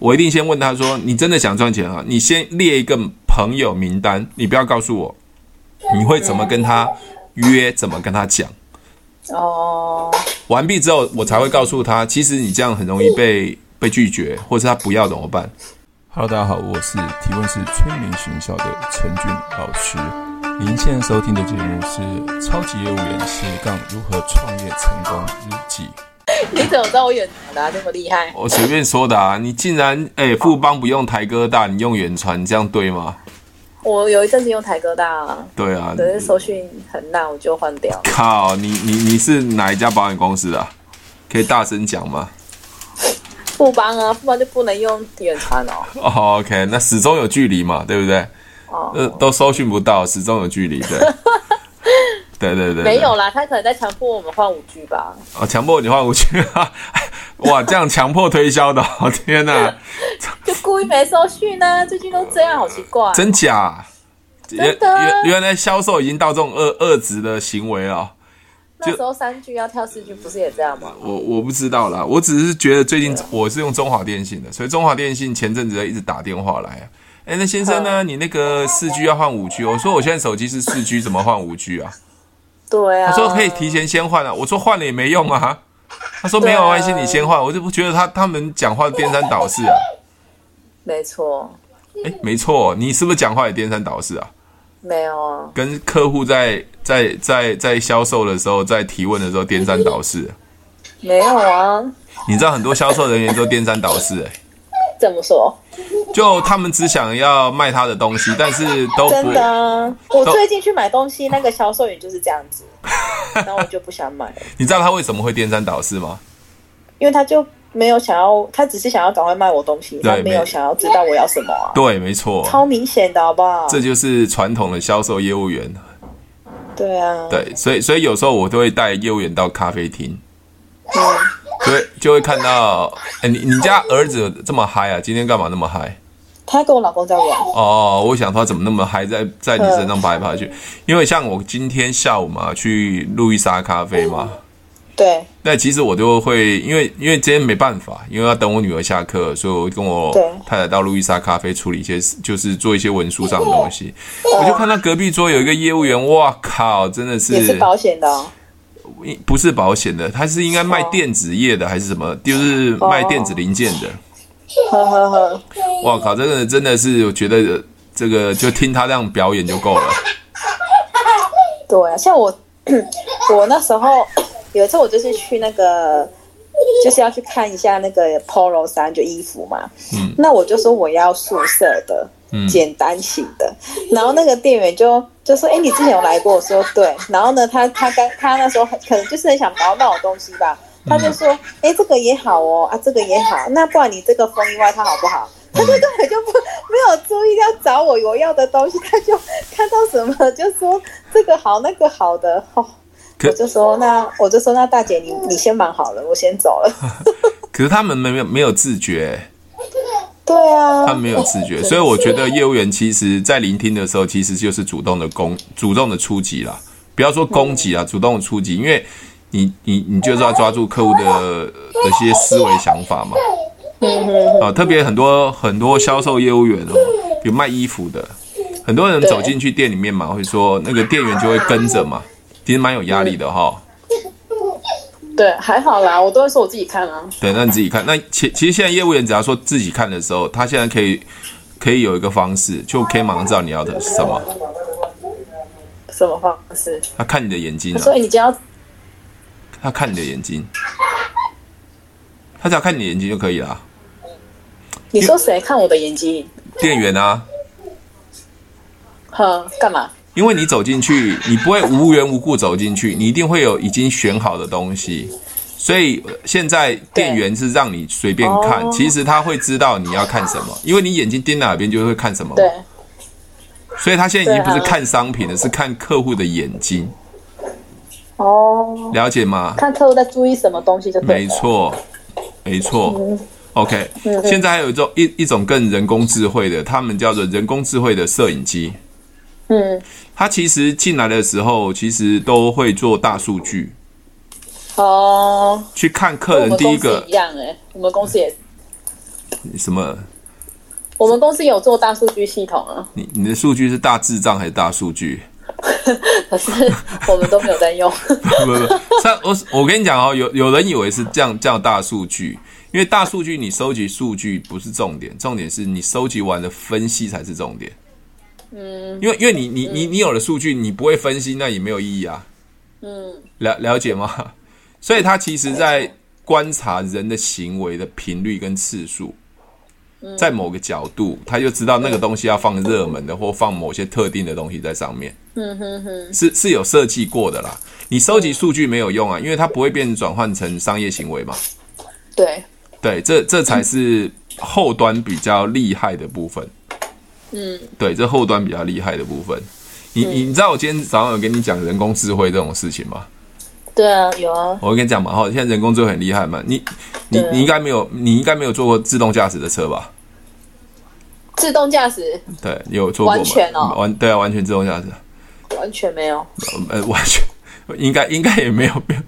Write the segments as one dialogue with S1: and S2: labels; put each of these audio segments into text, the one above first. S1: 我一定先问他说：“你真的想赚钱啊？你先列一个朋友名单，你不要告诉我你会怎么跟他约，怎么跟他讲。
S2: 哦，
S1: 完毕之后，我才会告诉他，其实你这样很容易被被拒绝，或是他不要怎么办？”
S3: Hello，大家好，我是提问是催眠学校的陈俊老师。您现在收听的节目是《超级业务员斜杠如何创业成功日记》。
S2: 你怎么知道我远传啊达这么厉害？
S1: 我随便说的啊，你竟然哎、富邦不用台哥大，你用远传，这样对吗？
S2: 我有一阵子用台哥大、啊，
S1: 对啊，
S2: 可是收讯很烂，我就换掉了。
S1: 靠，你你你是哪一家保险公司的啊、可以大声讲吗、
S2: 富邦啊，富邦就不能用远传 哦。
S1: 哦、？OK，那始终有距离嘛，对不对？
S2: 哦，
S1: 呃，都搜寻不到，始终有距离， 对。对对对对，
S2: 没有啦，他可能在强迫我们换五 G 吧。
S1: 哦，强迫你换过去啊！ 哇，这样强迫推销的，哦、 天哪，
S2: 就故意没收讯呢、最近都这样，好奇怪。
S1: 真假？原
S2: 真的啊
S1: 原原来销售已经到这种恶恶质的行为了，哦
S2: 那时候三 G 要跳四 G，不是也这样吗？
S1: 我我不知道啦，我只是觉得最近我是用中华电信的，所以中华电信前阵子一直打电话来啊，哎、那先生呢？你那个四 G 要换五 G，我说哦我现在手机是四 G，怎么换五 G 啊？
S2: 对啊。
S1: 他说可以提前先换啊，我说换了也没用啊。他说没有关系，
S2: 对啊
S1: 你先换。我就不觉得他他们讲话颠三倒四啊。
S2: 没错，
S1: 哎，没错，你是不是讲话也颠三倒四啊？
S2: 没有啊。
S1: 跟客户在在在在销售的时候，在提问的时候颠三倒四，
S2: 没有啊，
S1: 你知道很多销售人员都颠三倒四、哎，
S2: 怎么
S1: 哦
S2: 说？
S1: 就他们只想要卖他的东西，但是都
S2: 真
S1: 不
S2: 的啊，我最近去买东西，那个销售员就是这样子，然后我就不想买了，
S1: 你知道他为什么会颠三倒四吗？
S2: 因为他就没有想要，他只是想要赶快卖我东西，
S1: 对
S2: 他没有
S1: 没
S2: 想要知道我要什么啊，
S1: 对，没错，
S2: 超明显的好不好？
S1: 这就是传统的销售业务员。
S2: 对啊，
S1: 对，所以所以有时候我都会带业务员到咖啡厅，
S2: 嗯，
S1: 就会就会看到，哎，你你家儿子这么嗨啊？今天干嘛那么嗨？
S2: 他跟我老公在玩，
S1: 哦，我想他怎么那么嗨，在在你身上爬来爬去？因为像我今天下午嘛，去路易莎咖啡嘛，
S2: 对
S1: 那其实我就会，因为因为今天没办法，因为要等我女儿下课，所以我跟我
S2: 对
S1: 太太到路易莎咖啡处理一些事，就是做一些文书上的东西。我就看到隔壁桌有一个业务员，哇靠，真的
S2: 也是保险的哦、
S1: 不是保险的，他是应该卖
S2: 啊
S1: 电子业的还是什么？就是卖
S2: 哦
S1: 电子零件的。
S2: 呵呵呵，
S1: 哇靠，这个真的是我觉得呃这个就听他这样表演就够了。
S2: 对啊，像我， 我那时候 有一次我就是去那个，就是要去看一下那个 polo 衫，就衣服嘛。
S1: 嗯
S2: 那我就说我要素色的，
S1: 嗯
S2: 简单型的。然后那个店员就就说：“哎、你之前有来过？”我说：“对。”然后呢，他他刚他那时候很可能就是很想搞那种东西吧，他就说：“哎、这个也好哦，啊，这个也好，那不然你这个风衣外套好不好？”他就根本就不没有注意要找我我要的东西，他就看到什么就说这个好那个好的， 哦、
S1: 可
S2: 我就说那我就说那大姐你你先忙好了，我先走了。
S1: 可是他们没有没有自觉，
S2: 对
S1: 他
S2: 啊
S1: 们，没有自觉，所以我觉得业务员其实在聆听的时候，其实就是主动的攻，主动的出击啦，不要说攻击啦，主动的出击，因为你你你就是要抓住客户的的一些思维想法嘛。
S2: 嗯
S1: 啊，特别很多很多销售业务员哦，比如卖衣服的，很多人走进去店里面嘛，会说那个店员就会跟着嘛，其实蛮有压力的哈、
S2: 对，还好啦，我都会说我自己看啊。
S1: 对，那你自己看。那其其实现在业务员只要说自己看的时候，他现在可以可以有一个方式，就可以马上知道你要的是什么。
S2: 什么方式？
S1: 他看你的眼睛
S2: 他
S1: 啊
S2: 说，：“哎、你今天要
S1: 他看你的眼睛，他只要看你的眼睛就可以了。啊
S2: 你说谁看我的眼睛？
S1: 店员啊，
S2: 哼，干嘛？
S1: 因为你走进去，你不会无缘无故走进去，你一定会有已经选好的东西。所以呃现在店员是让你随便看，
S2: 哦
S1: 其实他会知道你要看什么，因为你眼睛盯哪边就会看什么嘛。
S2: 对，
S1: 所以他现在已经不是
S2: 对啊
S1: 看商品了，是看客户的眼睛，
S2: 哦，
S1: 了解吗？
S2: 看客户在注意什么东西就 对
S1: 没
S2: 了。
S1: 错，没错。OK，现在还有一种一一种更人工智慧的，他们叫做人工智慧的摄影机。
S2: 嗯，
S1: 它其实进来的时候，其实都会做大数据
S2: 哦，
S1: 去看客
S2: 跟
S1: 人
S2: 我
S1: 嗯
S2: 们
S1: 第一
S2: 哦公司欸
S1: 个
S2: 一样哎、我们公司也
S1: 什么？
S2: 我们公司有做大数据系统啊，
S1: 你你的数据是大智障还是大数据？
S2: 可是我们都没有在用。
S1: 不不，上我我跟你讲哦，有有人以为是这样叫大数据，因为大数据你收集数据不是重点，重点是你收集完了分析才是重点。嗯，因为因为你你你你有了数据，你不会分析，那也没有意义啊。嗯，了了解吗？所以他其实在观察人的行为的频率跟次数，在某个角度，他就知道那个东西要放热门的或放某些特定的东西在上面。是是有设计过的啦。你收集数据没有用啊，因为它不会变转换成商业行为嘛。
S2: 对，
S1: 对，这这才是后端比较厉害的部分。嗯，对，这后端比较厉害的部分。你你你知道我今天早上有跟你讲人工智慧这种事情吗？
S2: 对啊，有啊，
S1: 我跟你讲嘛，哈，现在人工智慧很厉害嘛。你你
S2: 对啊
S1: 你应该没有，你应该没有坐过自动驾驶的车吧？
S2: 自动驾驶
S1: 对，你有坐过吗？
S2: 完全哦
S1: 完对啊，完全自动驾驶。
S2: 完全没有。
S1: 呃，完全应该应该也没有没有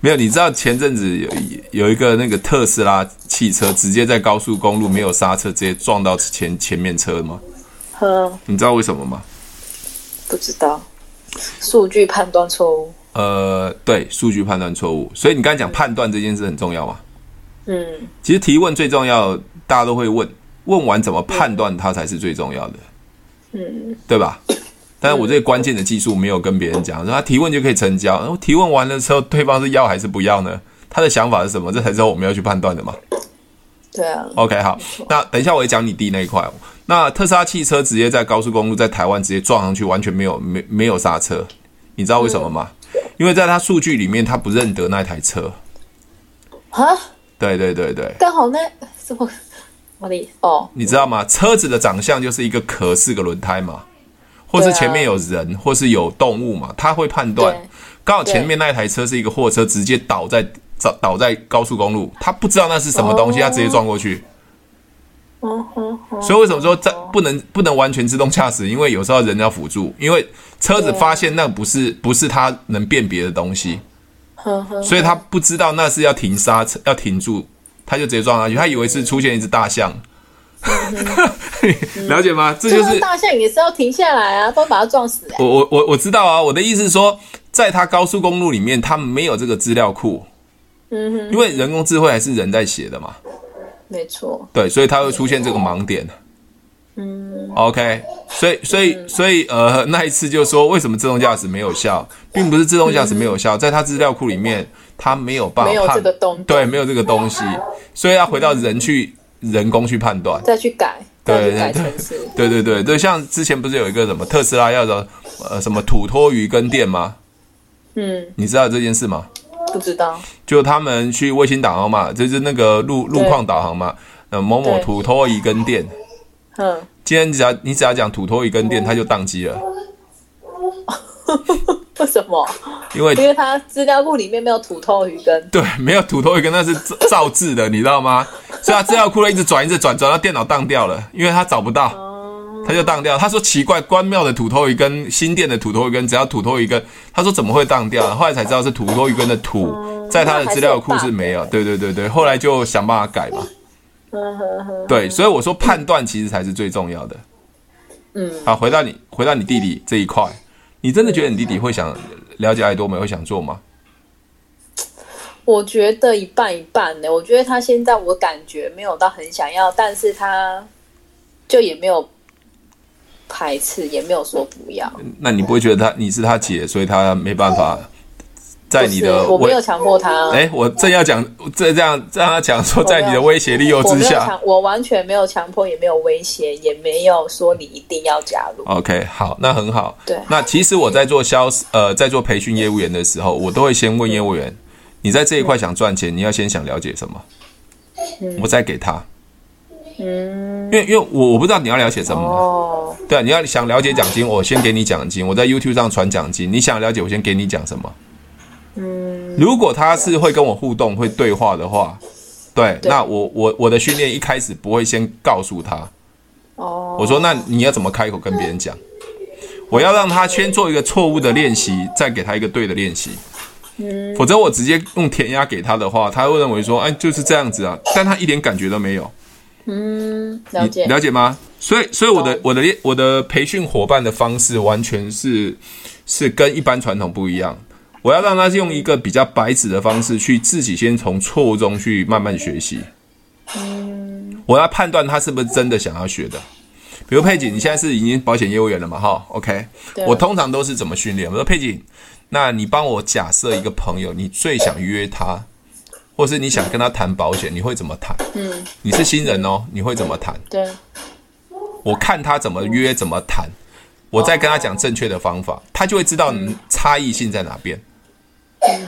S1: 没有。你知道前阵子有有一个那个特斯拉汽车直接在高速公路没有刹车，直接撞到前前面车吗？
S2: 嗯，
S1: 你知道为什么吗？
S2: 不知道，数据判断错误。
S1: 呃，对，数据判断错误。所以你刚才讲判断这件事很重要啊嘛？
S2: 嗯，
S1: 其实提问最重要，大家都会问，问完怎么判断它才是最重要的，嗯，对吧？但是我这个关键的技术没有跟别人讲，说他提问就可以成交，然后提问完了之后，对方是要还是不要呢？他的想法是什么？这才是我们要去判断的嘛。
S2: 对啊，
S1: OK，好，那等一下我也讲你弟那一块。哦那特斯拉汽车直接在高速公路在台湾直接撞上去，完全没有没没有刹车，你知道为什么吗？因为在他数据里面，他不认得那台车。
S2: 啊，
S1: 对对对对，
S2: 刚好那怎么我的哦，
S1: 你知道吗？车子的长相就是一个壳，四个轮胎嘛，或是
S2: 对啊
S1: 前面有人，或是有动物嘛，他会判断
S2: 对。
S1: 刚好前面那台车是一个货车，直接倒在倒倒在高速公路，他不知道那是什么东西，
S2: 哦
S1: 他直接撞过去。
S2: 嗯嗯嗯，
S1: 所以为什么说在不能不能完全自动驾驶？因为有时候人要辅助，因为车子发现那不是不是它能辨别的东西，
S2: 呵呵，
S1: 所以他不知道那是要停刹车要停住，他就直接撞上去，他以为是出现一只大象。
S2: 嗯
S1: 了解吗？这
S2: 这
S1: 就
S2: 个
S1: 是
S2: 大象也是要停下来啊，不然把它撞死、欸。
S1: 我我我我知道啊，我的意思是说，在它高速公路里面，他们没有这个资料库。嗯哼，因为人工智慧还是人在写的嘛，
S2: 没错，
S1: 对，所以它会出现这个盲点。嗯，OK，所以所
S2: 嗯
S1: 以所以呃，那一次就说为什么自动驾驶没有效，并不是自动驾驶没有效，在它资料库里面它没有办
S2: 没
S1: 法
S2: 有
S1: 判
S2: 这个动作，
S1: 对，没有这个东西，所以要回到人去人工去判断。
S2: 再去改，再
S1: 对
S2: 去
S1: 对
S2: 改
S1: 对
S2: 城市。
S1: 对对对对，像之前不是有一个什么特斯拉要的呃什么土托鱼羹店吗？
S2: 嗯，
S1: 你知道这件事吗？
S2: 不知道，
S1: 就他们去卫星导航嘛，就是那个路路
S2: 对
S1: 况导航嘛，呃某某
S2: 对
S1: 土托鱼羹店，
S2: 嗯，
S1: 今天只要你只要讲土托一根电，它就宕机了，
S2: 为什么？
S1: 因为
S2: 因为它资料库里面没有土豆鱼羹，
S1: 对没有土托一根那是造造制的，你知道吗？所以它资料库一直转一直转，转到电脑宕掉了，因为它找不到，
S2: 哦
S1: 它就宕掉。他说奇怪，关庙的土托一根，新店的土托一根，只要土托一根，他说怎么会宕掉？后来才知道是土托一根的土，
S2: 哦
S1: 在他的资料库是没有。对对对对，后来就想办法改嘛。
S2: 呵呵呵，
S1: 对，所以我说判断其实才是最重要的。
S2: 嗯，
S1: 好，回到你回到你弟弟这一块，你真的觉得你弟
S2: 嗯
S1: 弟会想了解爱多美，会想做吗？
S2: 我觉得一半一半呢、我觉得他现在我感觉没有到很想要，但是他就也没有排斥，也没有说不要。
S1: 那你不会觉得他你是他姐，所以他没办法在你
S2: 不
S1: 的
S2: 是我没
S1: 威
S2: 有强迫他，
S1: 哎，我正要讲这这样让他讲说，
S2: 没有
S1: 在你的威胁利诱
S2: 我
S1: 之
S2: 没有
S1: 下
S2: 强，我完全没有强迫，也没有威胁，也没有说你一定要加入。
S1: ，OK，好，那很好。
S2: 对
S1: 那其实我在做销呃，在做培训业务员的时候，我都会先问业务员，你在这一块想赚钱，你要先想了解什么，我再给他。嗯，因为因为我我不知道你要了解什么。
S2: 哦，
S1: 对啊，你要想了解奖金，我先给你奖金，我在 YouTube 上传奖金。你想了解，我先给你讲什么？嗯，如果他是会跟我互动、会对话的话，对，
S2: 对
S1: 那我我我的训练一开始不会先告诉他，
S2: 哦，
S1: 我说那你要怎么开口跟别人讲？我要让他先做一个错误的练习，再给他一个对的练习。否则我直接用填鸭给他的话，他会认为说，哎，就是这样子啊，但他一点感觉都没有。
S2: 嗯，了解
S1: 你了解吗？所以，所以我的
S2: 懂
S1: 我的我的培训伙伴的方式完全是是跟一般传统不一样。我要让他用一个比较白纸的方式去自己先从错误中去慢慢学习。
S2: 嗯
S1: 我要判断他是不是真的想要学的。比如佩锦，你现在是已经保险业务员了嘛？哈，OK，
S2: 对
S1: 我通常都是怎么训练？我说佩锦，那你帮我假设一个朋友，你最想约他，或是你想跟他谈保险，你会怎么谈？嗯，你是新人哦，你会怎么谈？
S2: 对，
S1: 我看他怎么约怎么谈，我再跟他讲正确的方法，他就会知道你差异性在哪边。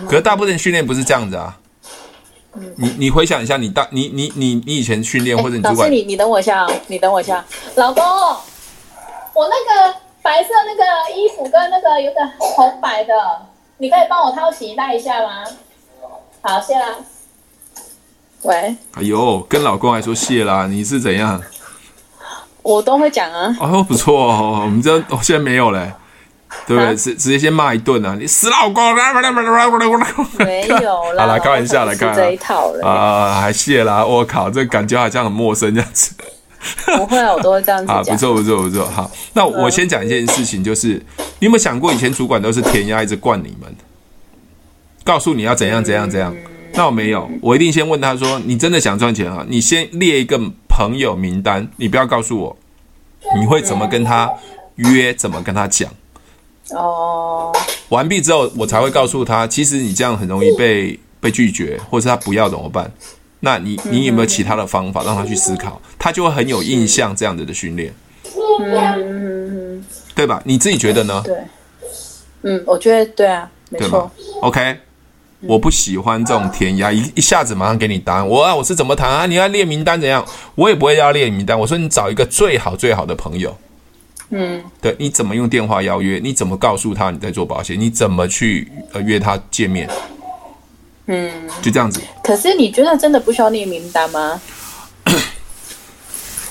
S1: 可是大部分训练不是这样子啊。你你回想一下，你大你你你你以前训练或者你
S2: 哎老
S1: 主
S2: 师
S1: 管，
S2: 你你等我一下啊，你等我一下，老公，我那个白色那个衣服跟那个有个红白的，你可以帮我套洗衣袋一下吗？好，谢啦。喂，
S1: 哎呦，跟老公还说谢啦，你是怎样？
S2: 我都会 讲啊，
S1: 哦，不错哦，我们这哦现在没有嘞，对不对？
S2: 啊
S1: 直直接先骂一顿啊！你死老公！
S2: 没有啦，
S1: 好啦，开玩笑啦，
S2: 我
S1: 开
S2: 才不
S1: 玩笑
S2: 是这一套了，
S1: 啊，还谢啦！我靠，这感觉好像很陌生这样子。
S2: 不会啊，我都会这样子
S1: 啊，不
S2: 讲。
S1: 错不错不错，好，那我先讲一件事情，就是你有没有想过，以前主管都是填鸭一直灌你们，告诉你要怎样怎样怎样？那我没有，我一定先问他说，你真的想赚钱啊？你先列一个朋友名单，你不要告诉我，你会怎么跟他约，怎么跟他讲。
S2: 哦，
S1: 完毕之后，我才会告诉他，其实你这样很容易被被拒绝，或是他不要怎么办？那你你有没有其他的方法让他去思考？他就会很有印象这样子的训练，
S2: 嗯，
S1: 对吧？你自己觉得呢？
S2: 对，嗯，我觉得对啊，没
S1: 啊对
S2: 错嗯
S1: 吗，？OK，我不喜欢这种填鸭，一一下子马上给你答案。我啊，我是怎么谈啊？你要列名单怎样？我也不会要列名单。我说你找一个最好最好的朋友，
S2: 嗯，
S1: 对，你怎么用电话邀约？你怎么告诉他你在做保险？你怎么去呃约他见面？嗯，就这样子。
S2: 可是你觉得真的不需要列名单吗？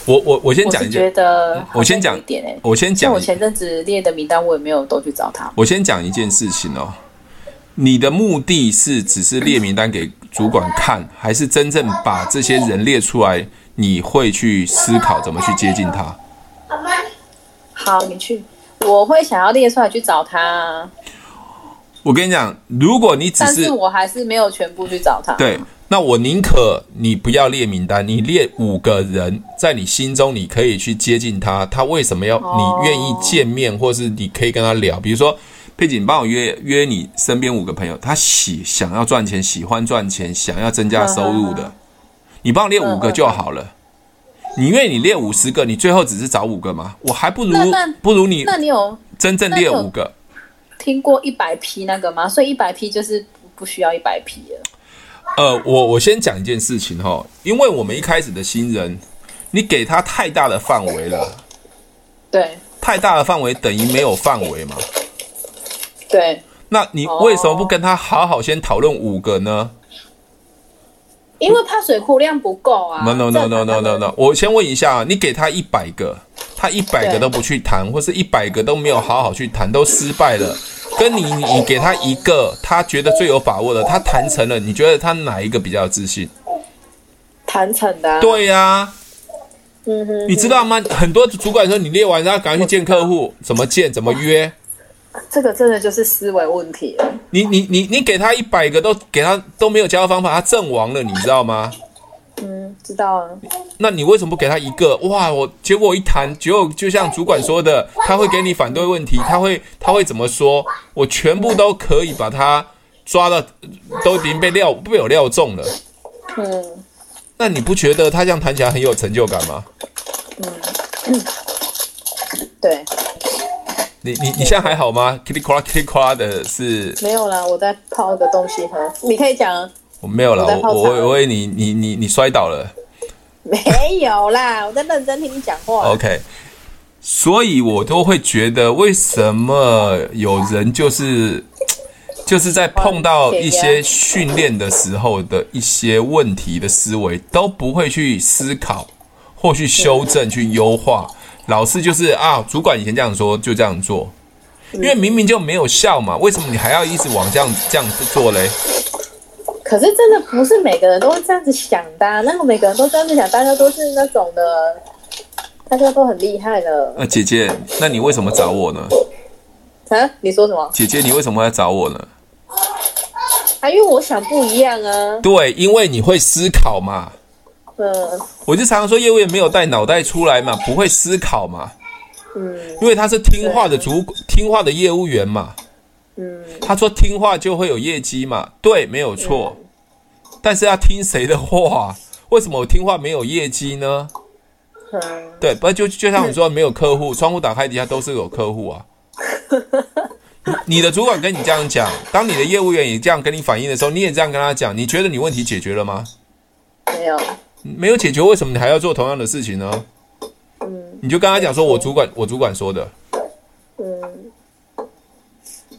S1: 我我我先
S2: 我
S1: 讲
S2: 是
S1: 一
S2: 觉
S1: 件，
S2: 得好像
S1: 我先讲
S2: 有一点哎、
S1: 我先
S2: 像
S1: 讲
S2: 我
S1: 一，
S2: 前阵子列的名单，我也没有都去找他。
S1: 我先讲一件事情哦。你的目的是只是列名单给主管看，还是真正把这些人列出来？你会去思考怎么去接近他？
S2: 好，你去，我会想要列出来去找他啊，
S1: 我跟你讲，如果你只
S2: 但
S1: 是
S2: 是我还是没有全部去找他。
S1: 对，那我宁可你不要列名单，你列五个人，在你心中你可以去接近他，他为什么要
S2: 哦
S1: 你愿意见面，或是你可以跟他聊，比如说。佩姐，你帮我约约你身边五个朋友，他喜想要赚钱，喜欢赚钱，想要增加收入
S2: 嗯
S1: 的，你帮我列五个就好了。你愿意你列五十个，你最后只是找五个吗？我还不如
S2: 那那
S1: 不如你
S2: 那你有
S1: 真正
S2: 那你
S1: 列
S2: 有
S1: 五个。
S2: 听过一百批那个吗？所以一百批就是不不需要一百批了。
S1: 呃，我我先讲一件事情哈，因为我们一开始的新人，你给他太大的范围了，
S2: 对
S1: 太大的范围等于没有范围嘛。
S2: 对，
S1: 那你为什么不跟他好好先讨论五个呢
S2: 因为怕水库量不够啊。
S1: ？No No No
S2: 再把
S1: No
S2: 他
S1: No
S2: 们
S1: No No，我先问一下，啊你给他一百个，他一百个
S2: 对
S1: 都不去谈，或是一百个都没有好好去谈，都失败了。跟你你给他一个，他觉得最有把握的，他谈成了，你觉得他哪一个比较有自信？
S2: 谈成的、啊。，
S1: 对呀、
S2: 嗯哼，
S1: 你知道吗？很多主管说你列完，然后赶快去见客户，怎么见，怎么约。
S2: 这个真的就是思维问题了。
S1: 你你你你给他一百个都给他都没有教方法，他阵亡了，你知道吗？
S2: 嗯，知道了。
S1: 那你为什么不给他一个？哇，我结果我一谈，结果就像主管说的，他会给你反对问题，他会他会怎么说？我全部都可以把他抓到，都已经被料被我料中了。
S2: 嗯，
S1: 那你不觉得他这样谈起来很有成就感吗？
S2: 对，
S1: 你你你现在还好吗？噼里呱啦噼里呱啦的是
S2: 没有啦，我在泡一个东西喝。你可以讲啊。
S1: 我没有了，
S2: 我在
S1: 我
S2: 泡茶
S1: 我我以为你你你你摔倒了
S2: 没有啦，我在认真听你讲话。
S1: ，OK。所以我都会觉得，为什么有人就是就是在碰到一些训练的时候的一些问题的思维，都不会去思考或去修正、去优化，老是就是啊，主管以前这样说，就这样做。
S2: 嗯
S1: 因为明明就没有效嘛，为什么你还要一直往这样这样做嘞？
S2: 可是真的不是每个人都会这样子想的、啊，那个每个人都这样子想，大家都是那种的，大家都很厉害的。
S1: 那啊姐姐，那你为什么找我呢？
S2: 啊，你说什么？
S1: 姐姐，你为什么要找我呢？
S2: 啊，因为我想不一样啊。
S1: 对，因为你会思考嘛。
S2: 嗯
S1: 我就常常说业务员没有带脑袋出来嘛，不会思考嘛，
S2: 嗯
S1: 因为他是听话的主，听话的业务员嘛。
S2: 嗯，
S1: 他说听话就会有业绩嘛，对，没有错。但是要听谁的话？为什么我听话没有业绩呢？
S2: 嗯，
S1: 对，不就就像你说没有客户，窗户打开底下都是有客 户啊。你你的主管跟你这样讲，当你的业务员也这样跟你反映的时候，你也这样跟他讲，你觉得你问题解决了吗？
S2: 没有，
S1: 没有解决，为什么你还要做同样的事情呢？
S2: 嗯
S1: 你就跟他讲说，我主管，我主管说的，
S2: 嗯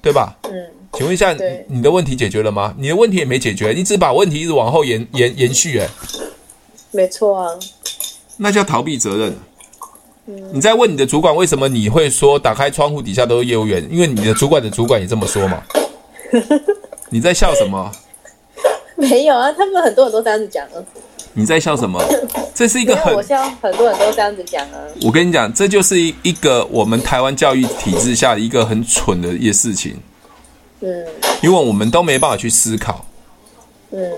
S1: 对吧？
S2: 嗯，
S1: 请问一下，你
S2: 对
S1: 你的问题解决了吗？你的问题也没解决，你只把问题一直往后延延延续、哎，
S2: 没错啊。
S1: 那叫逃避责任。
S2: 嗯
S1: 你在问你的主管为什么你会说打开窗户底下都是业务员？因为你的主管的主管也这么说 嘛。你在笑什么？
S2: 没有啊，他们很多人都这样子讲啊，
S1: 你在笑什么？这是一
S2: 因
S1: 个
S2: 为我
S1: 很
S2: 现在很多人都这样子讲啊。
S1: 我跟你讲，这就是一一个我们台湾教育体制下的一个很蠢的一些事情，
S2: 嗯
S1: 因为我们都没办法去思考，
S2: 嗯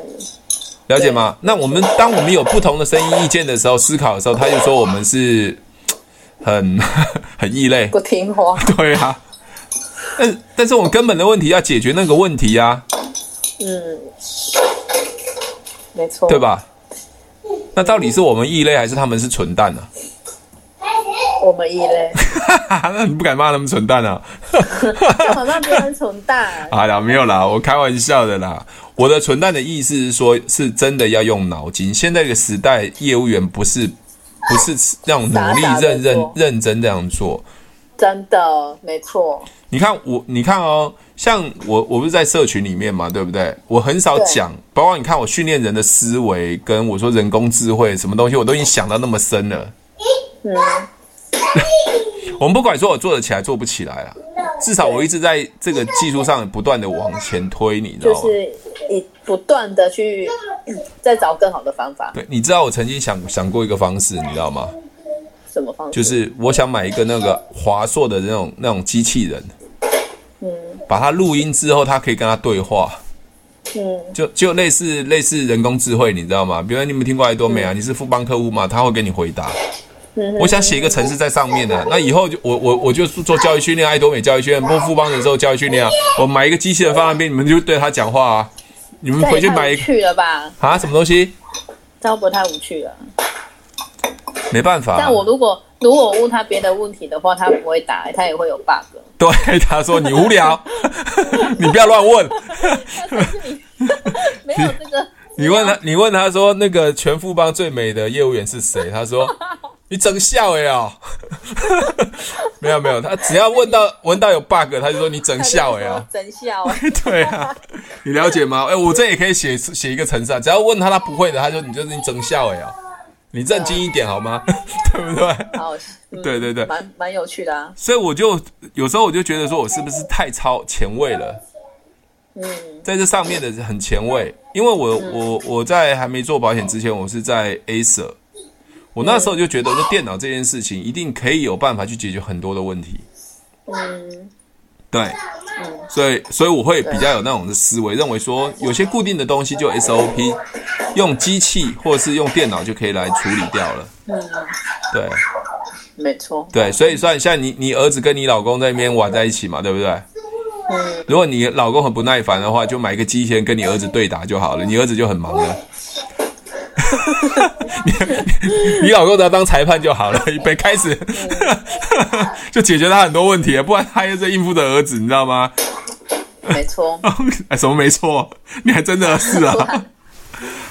S1: 了解吗？那我们当我们有不同的声音意见的时候，思考的时候，他就说我们是很 很异类，
S2: 不听话。
S1: 对啊。但但是我们根本的问题要解决那个问题啊，
S2: 嗯，没错，
S1: 对？吧？那到底是我们异类还是他们是蠢蛋啊呢、
S2: 我们 异类，
S1: 啊？ 那你不敢骂他们蠢蛋啊？
S2: 干嘛让别人蠢蛋？
S1: 好啦，没有啦，我开玩笑的啦。我的蠢蛋的意思是说，是真的要用脑筋。现在这个时代，业务员不是不是那种努力
S2: 傻傻地
S1: 认认
S2: 做
S1: 认真这样做。
S2: 真的，没错，
S1: 你看我，你看哦，像我，我不是在社群里面嘛，对不对？我很少
S2: 对
S1: 讲，包括你看我训练人的思维，跟我说人工智慧什么东西，我都已经想到那么深了。
S2: 嗯，
S1: 我们不管说我做得起来做不起来啦，至少我一直在这个技术上不断的往前推，你知道
S2: 就
S1: 吗？
S2: 是你不断的去嗯再找更好的方法，
S1: 对，你知道我曾经想想过一个方式，你知道吗？
S2: 什么方式？
S1: 就是我想买一个那个华硕的那种那种机器人，
S2: 嗯
S1: 把它录音之后，它可以跟它对话。
S2: 嗯
S1: 就就类似类似人工智慧，你知道吗？比如说你有没有听过爱多美啊？你是富邦客户吗？他会给你回答。
S2: 嗯
S1: 我想写一个程式在上面的、啊那以后就我我我就做教育训练，爱多美教育训练，或富邦的时候教育训练啊。我买一个机器人放那边，你们就对它讲话啊。你们
S2: 这
S1: 回
S2: 也
S1: 去
S2: 太
S1: 买
S2: 无
S1: 一个
S2: 趣了吧？
S1: 啊什么东西？
S2: 这样不太无趣了。
S1: 没办法、啊
S2: 但我如果如果我问他别的问题的话，他不会答，他也会有 bug。
S1: 对他说你无聊， 你不要乱问。
S2: 但是你没有这个，
S1: 你问他，你问他说那个全富邦最美的业务员是谁？他说你整笑哎哦， 没有没有，他只要问到问到有 bug，他就说你整 笑哎哦。
S2: 真笑哎、
S1: 对啊，你了解吗？哎、我这也可以写写一个程式啊，只要问他他不会的，他说你就是你整笑哎哦，你正经一点好吗？ 对不对？
S2: 好，嗯
S1: 对对对
S2: 蛮蛮有趣的啊，
S1: 所以我就有时候我就觉得说我是不是太超前卫了？
S2: 嗯
S1: 在这上面的很前卫，因为我我我在还没做保险之前，我是在 Acer，我那时候就觉得说电脑这件事情一定可以有办法去解决很多的问题，
S2: 嗯。
S1: 对，所以所以我会比较有那种的思维，认为说有些固定的东西就 SOP，用机器或者是用电脑就可以来处理掉了，
S2: 嗯，
S1: 对
S2: 没错，
S1: 对，所以算像你你儿子跟你老公在那边玩在一起嘛，对不对？如果你老公很不耐烦的话，就买一个机器人跟你儿子对打就好了，你儿子就很忙了。 你老公只要当裁判就好了，一杯开始 就解决他很多问题，啊不然他又在应付着儿子，你知道吗？
S2: 没错，
S1: 哎，什么没错？你还真的是啊。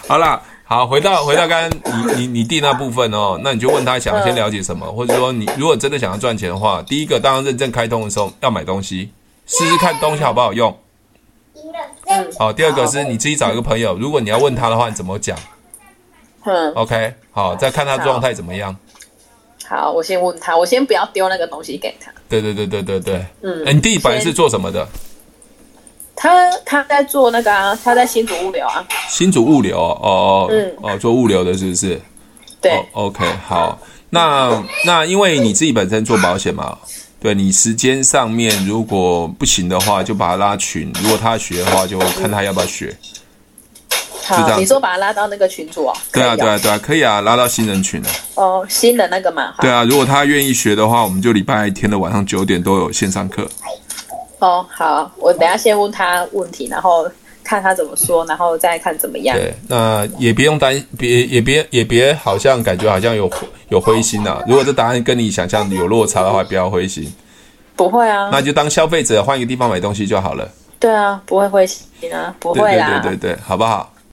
S1: 好啦，好，回到回到刚刚你你你弟那部分哦，那你就问他想要先了解什么，或者说你如果真的想要赚钱的话，第一个当然认证开通的时候要买东西，试试看东西好不好用。
S2: 嗯
S1: 好，第二个是你自己找一个朋友，如果你要问他的话，你怎么讲
S2: 嗯，
S1: ？OK，好，再看他
S2: 好
S1: 状态怎么样。
S2: 好，我先问他，我先不要丢那个东西给他，
S1: 对对对对对对，
S2: 嗯
S1: 哎你弟本来是做什么的？
S2: 他他在做那个啊，他在新竹物流啊，
S1: 新竹物流哦哦、
S2: 嗯
S1: 哦，做物流的是不是？
S2: 对，
S1: 哦、，OK，好，那那因为你自己本身做保险嘛，对你时间上面如果不行的话，就把他拉群；如果他学的话，就看他要不要学。这样
S2: 好，
S1: 子
S2: 你说把他拉到那个群组哦，
S1: 对啊，
S2: 可以
S1: 对
S2: 哦
S1: 啊，对啊，可以啊，拉到新人群啊。
S2: 哦，新的那个嘛，好
S1: 对，啊，如果他愿意学的话，我们就礼拜天的晚上九点都有线上课。
S2: 哦，好，我等一下先问他问题，然后看他怎么说，然后再看怎么样。
S1: 对，那也别用担，别也别也别，好像感觉好像有有灰心啊。如果这答案跟你想象有落差的话，不要灰心，
S2: 不会啊，
S1: 那就当消费者换一个地方买东西就好了。
S2: 对啊，不会灰心啊，不
S1: 对
S2: 会
S1: 对
S2: 啦。
S1: 对对对，好不好？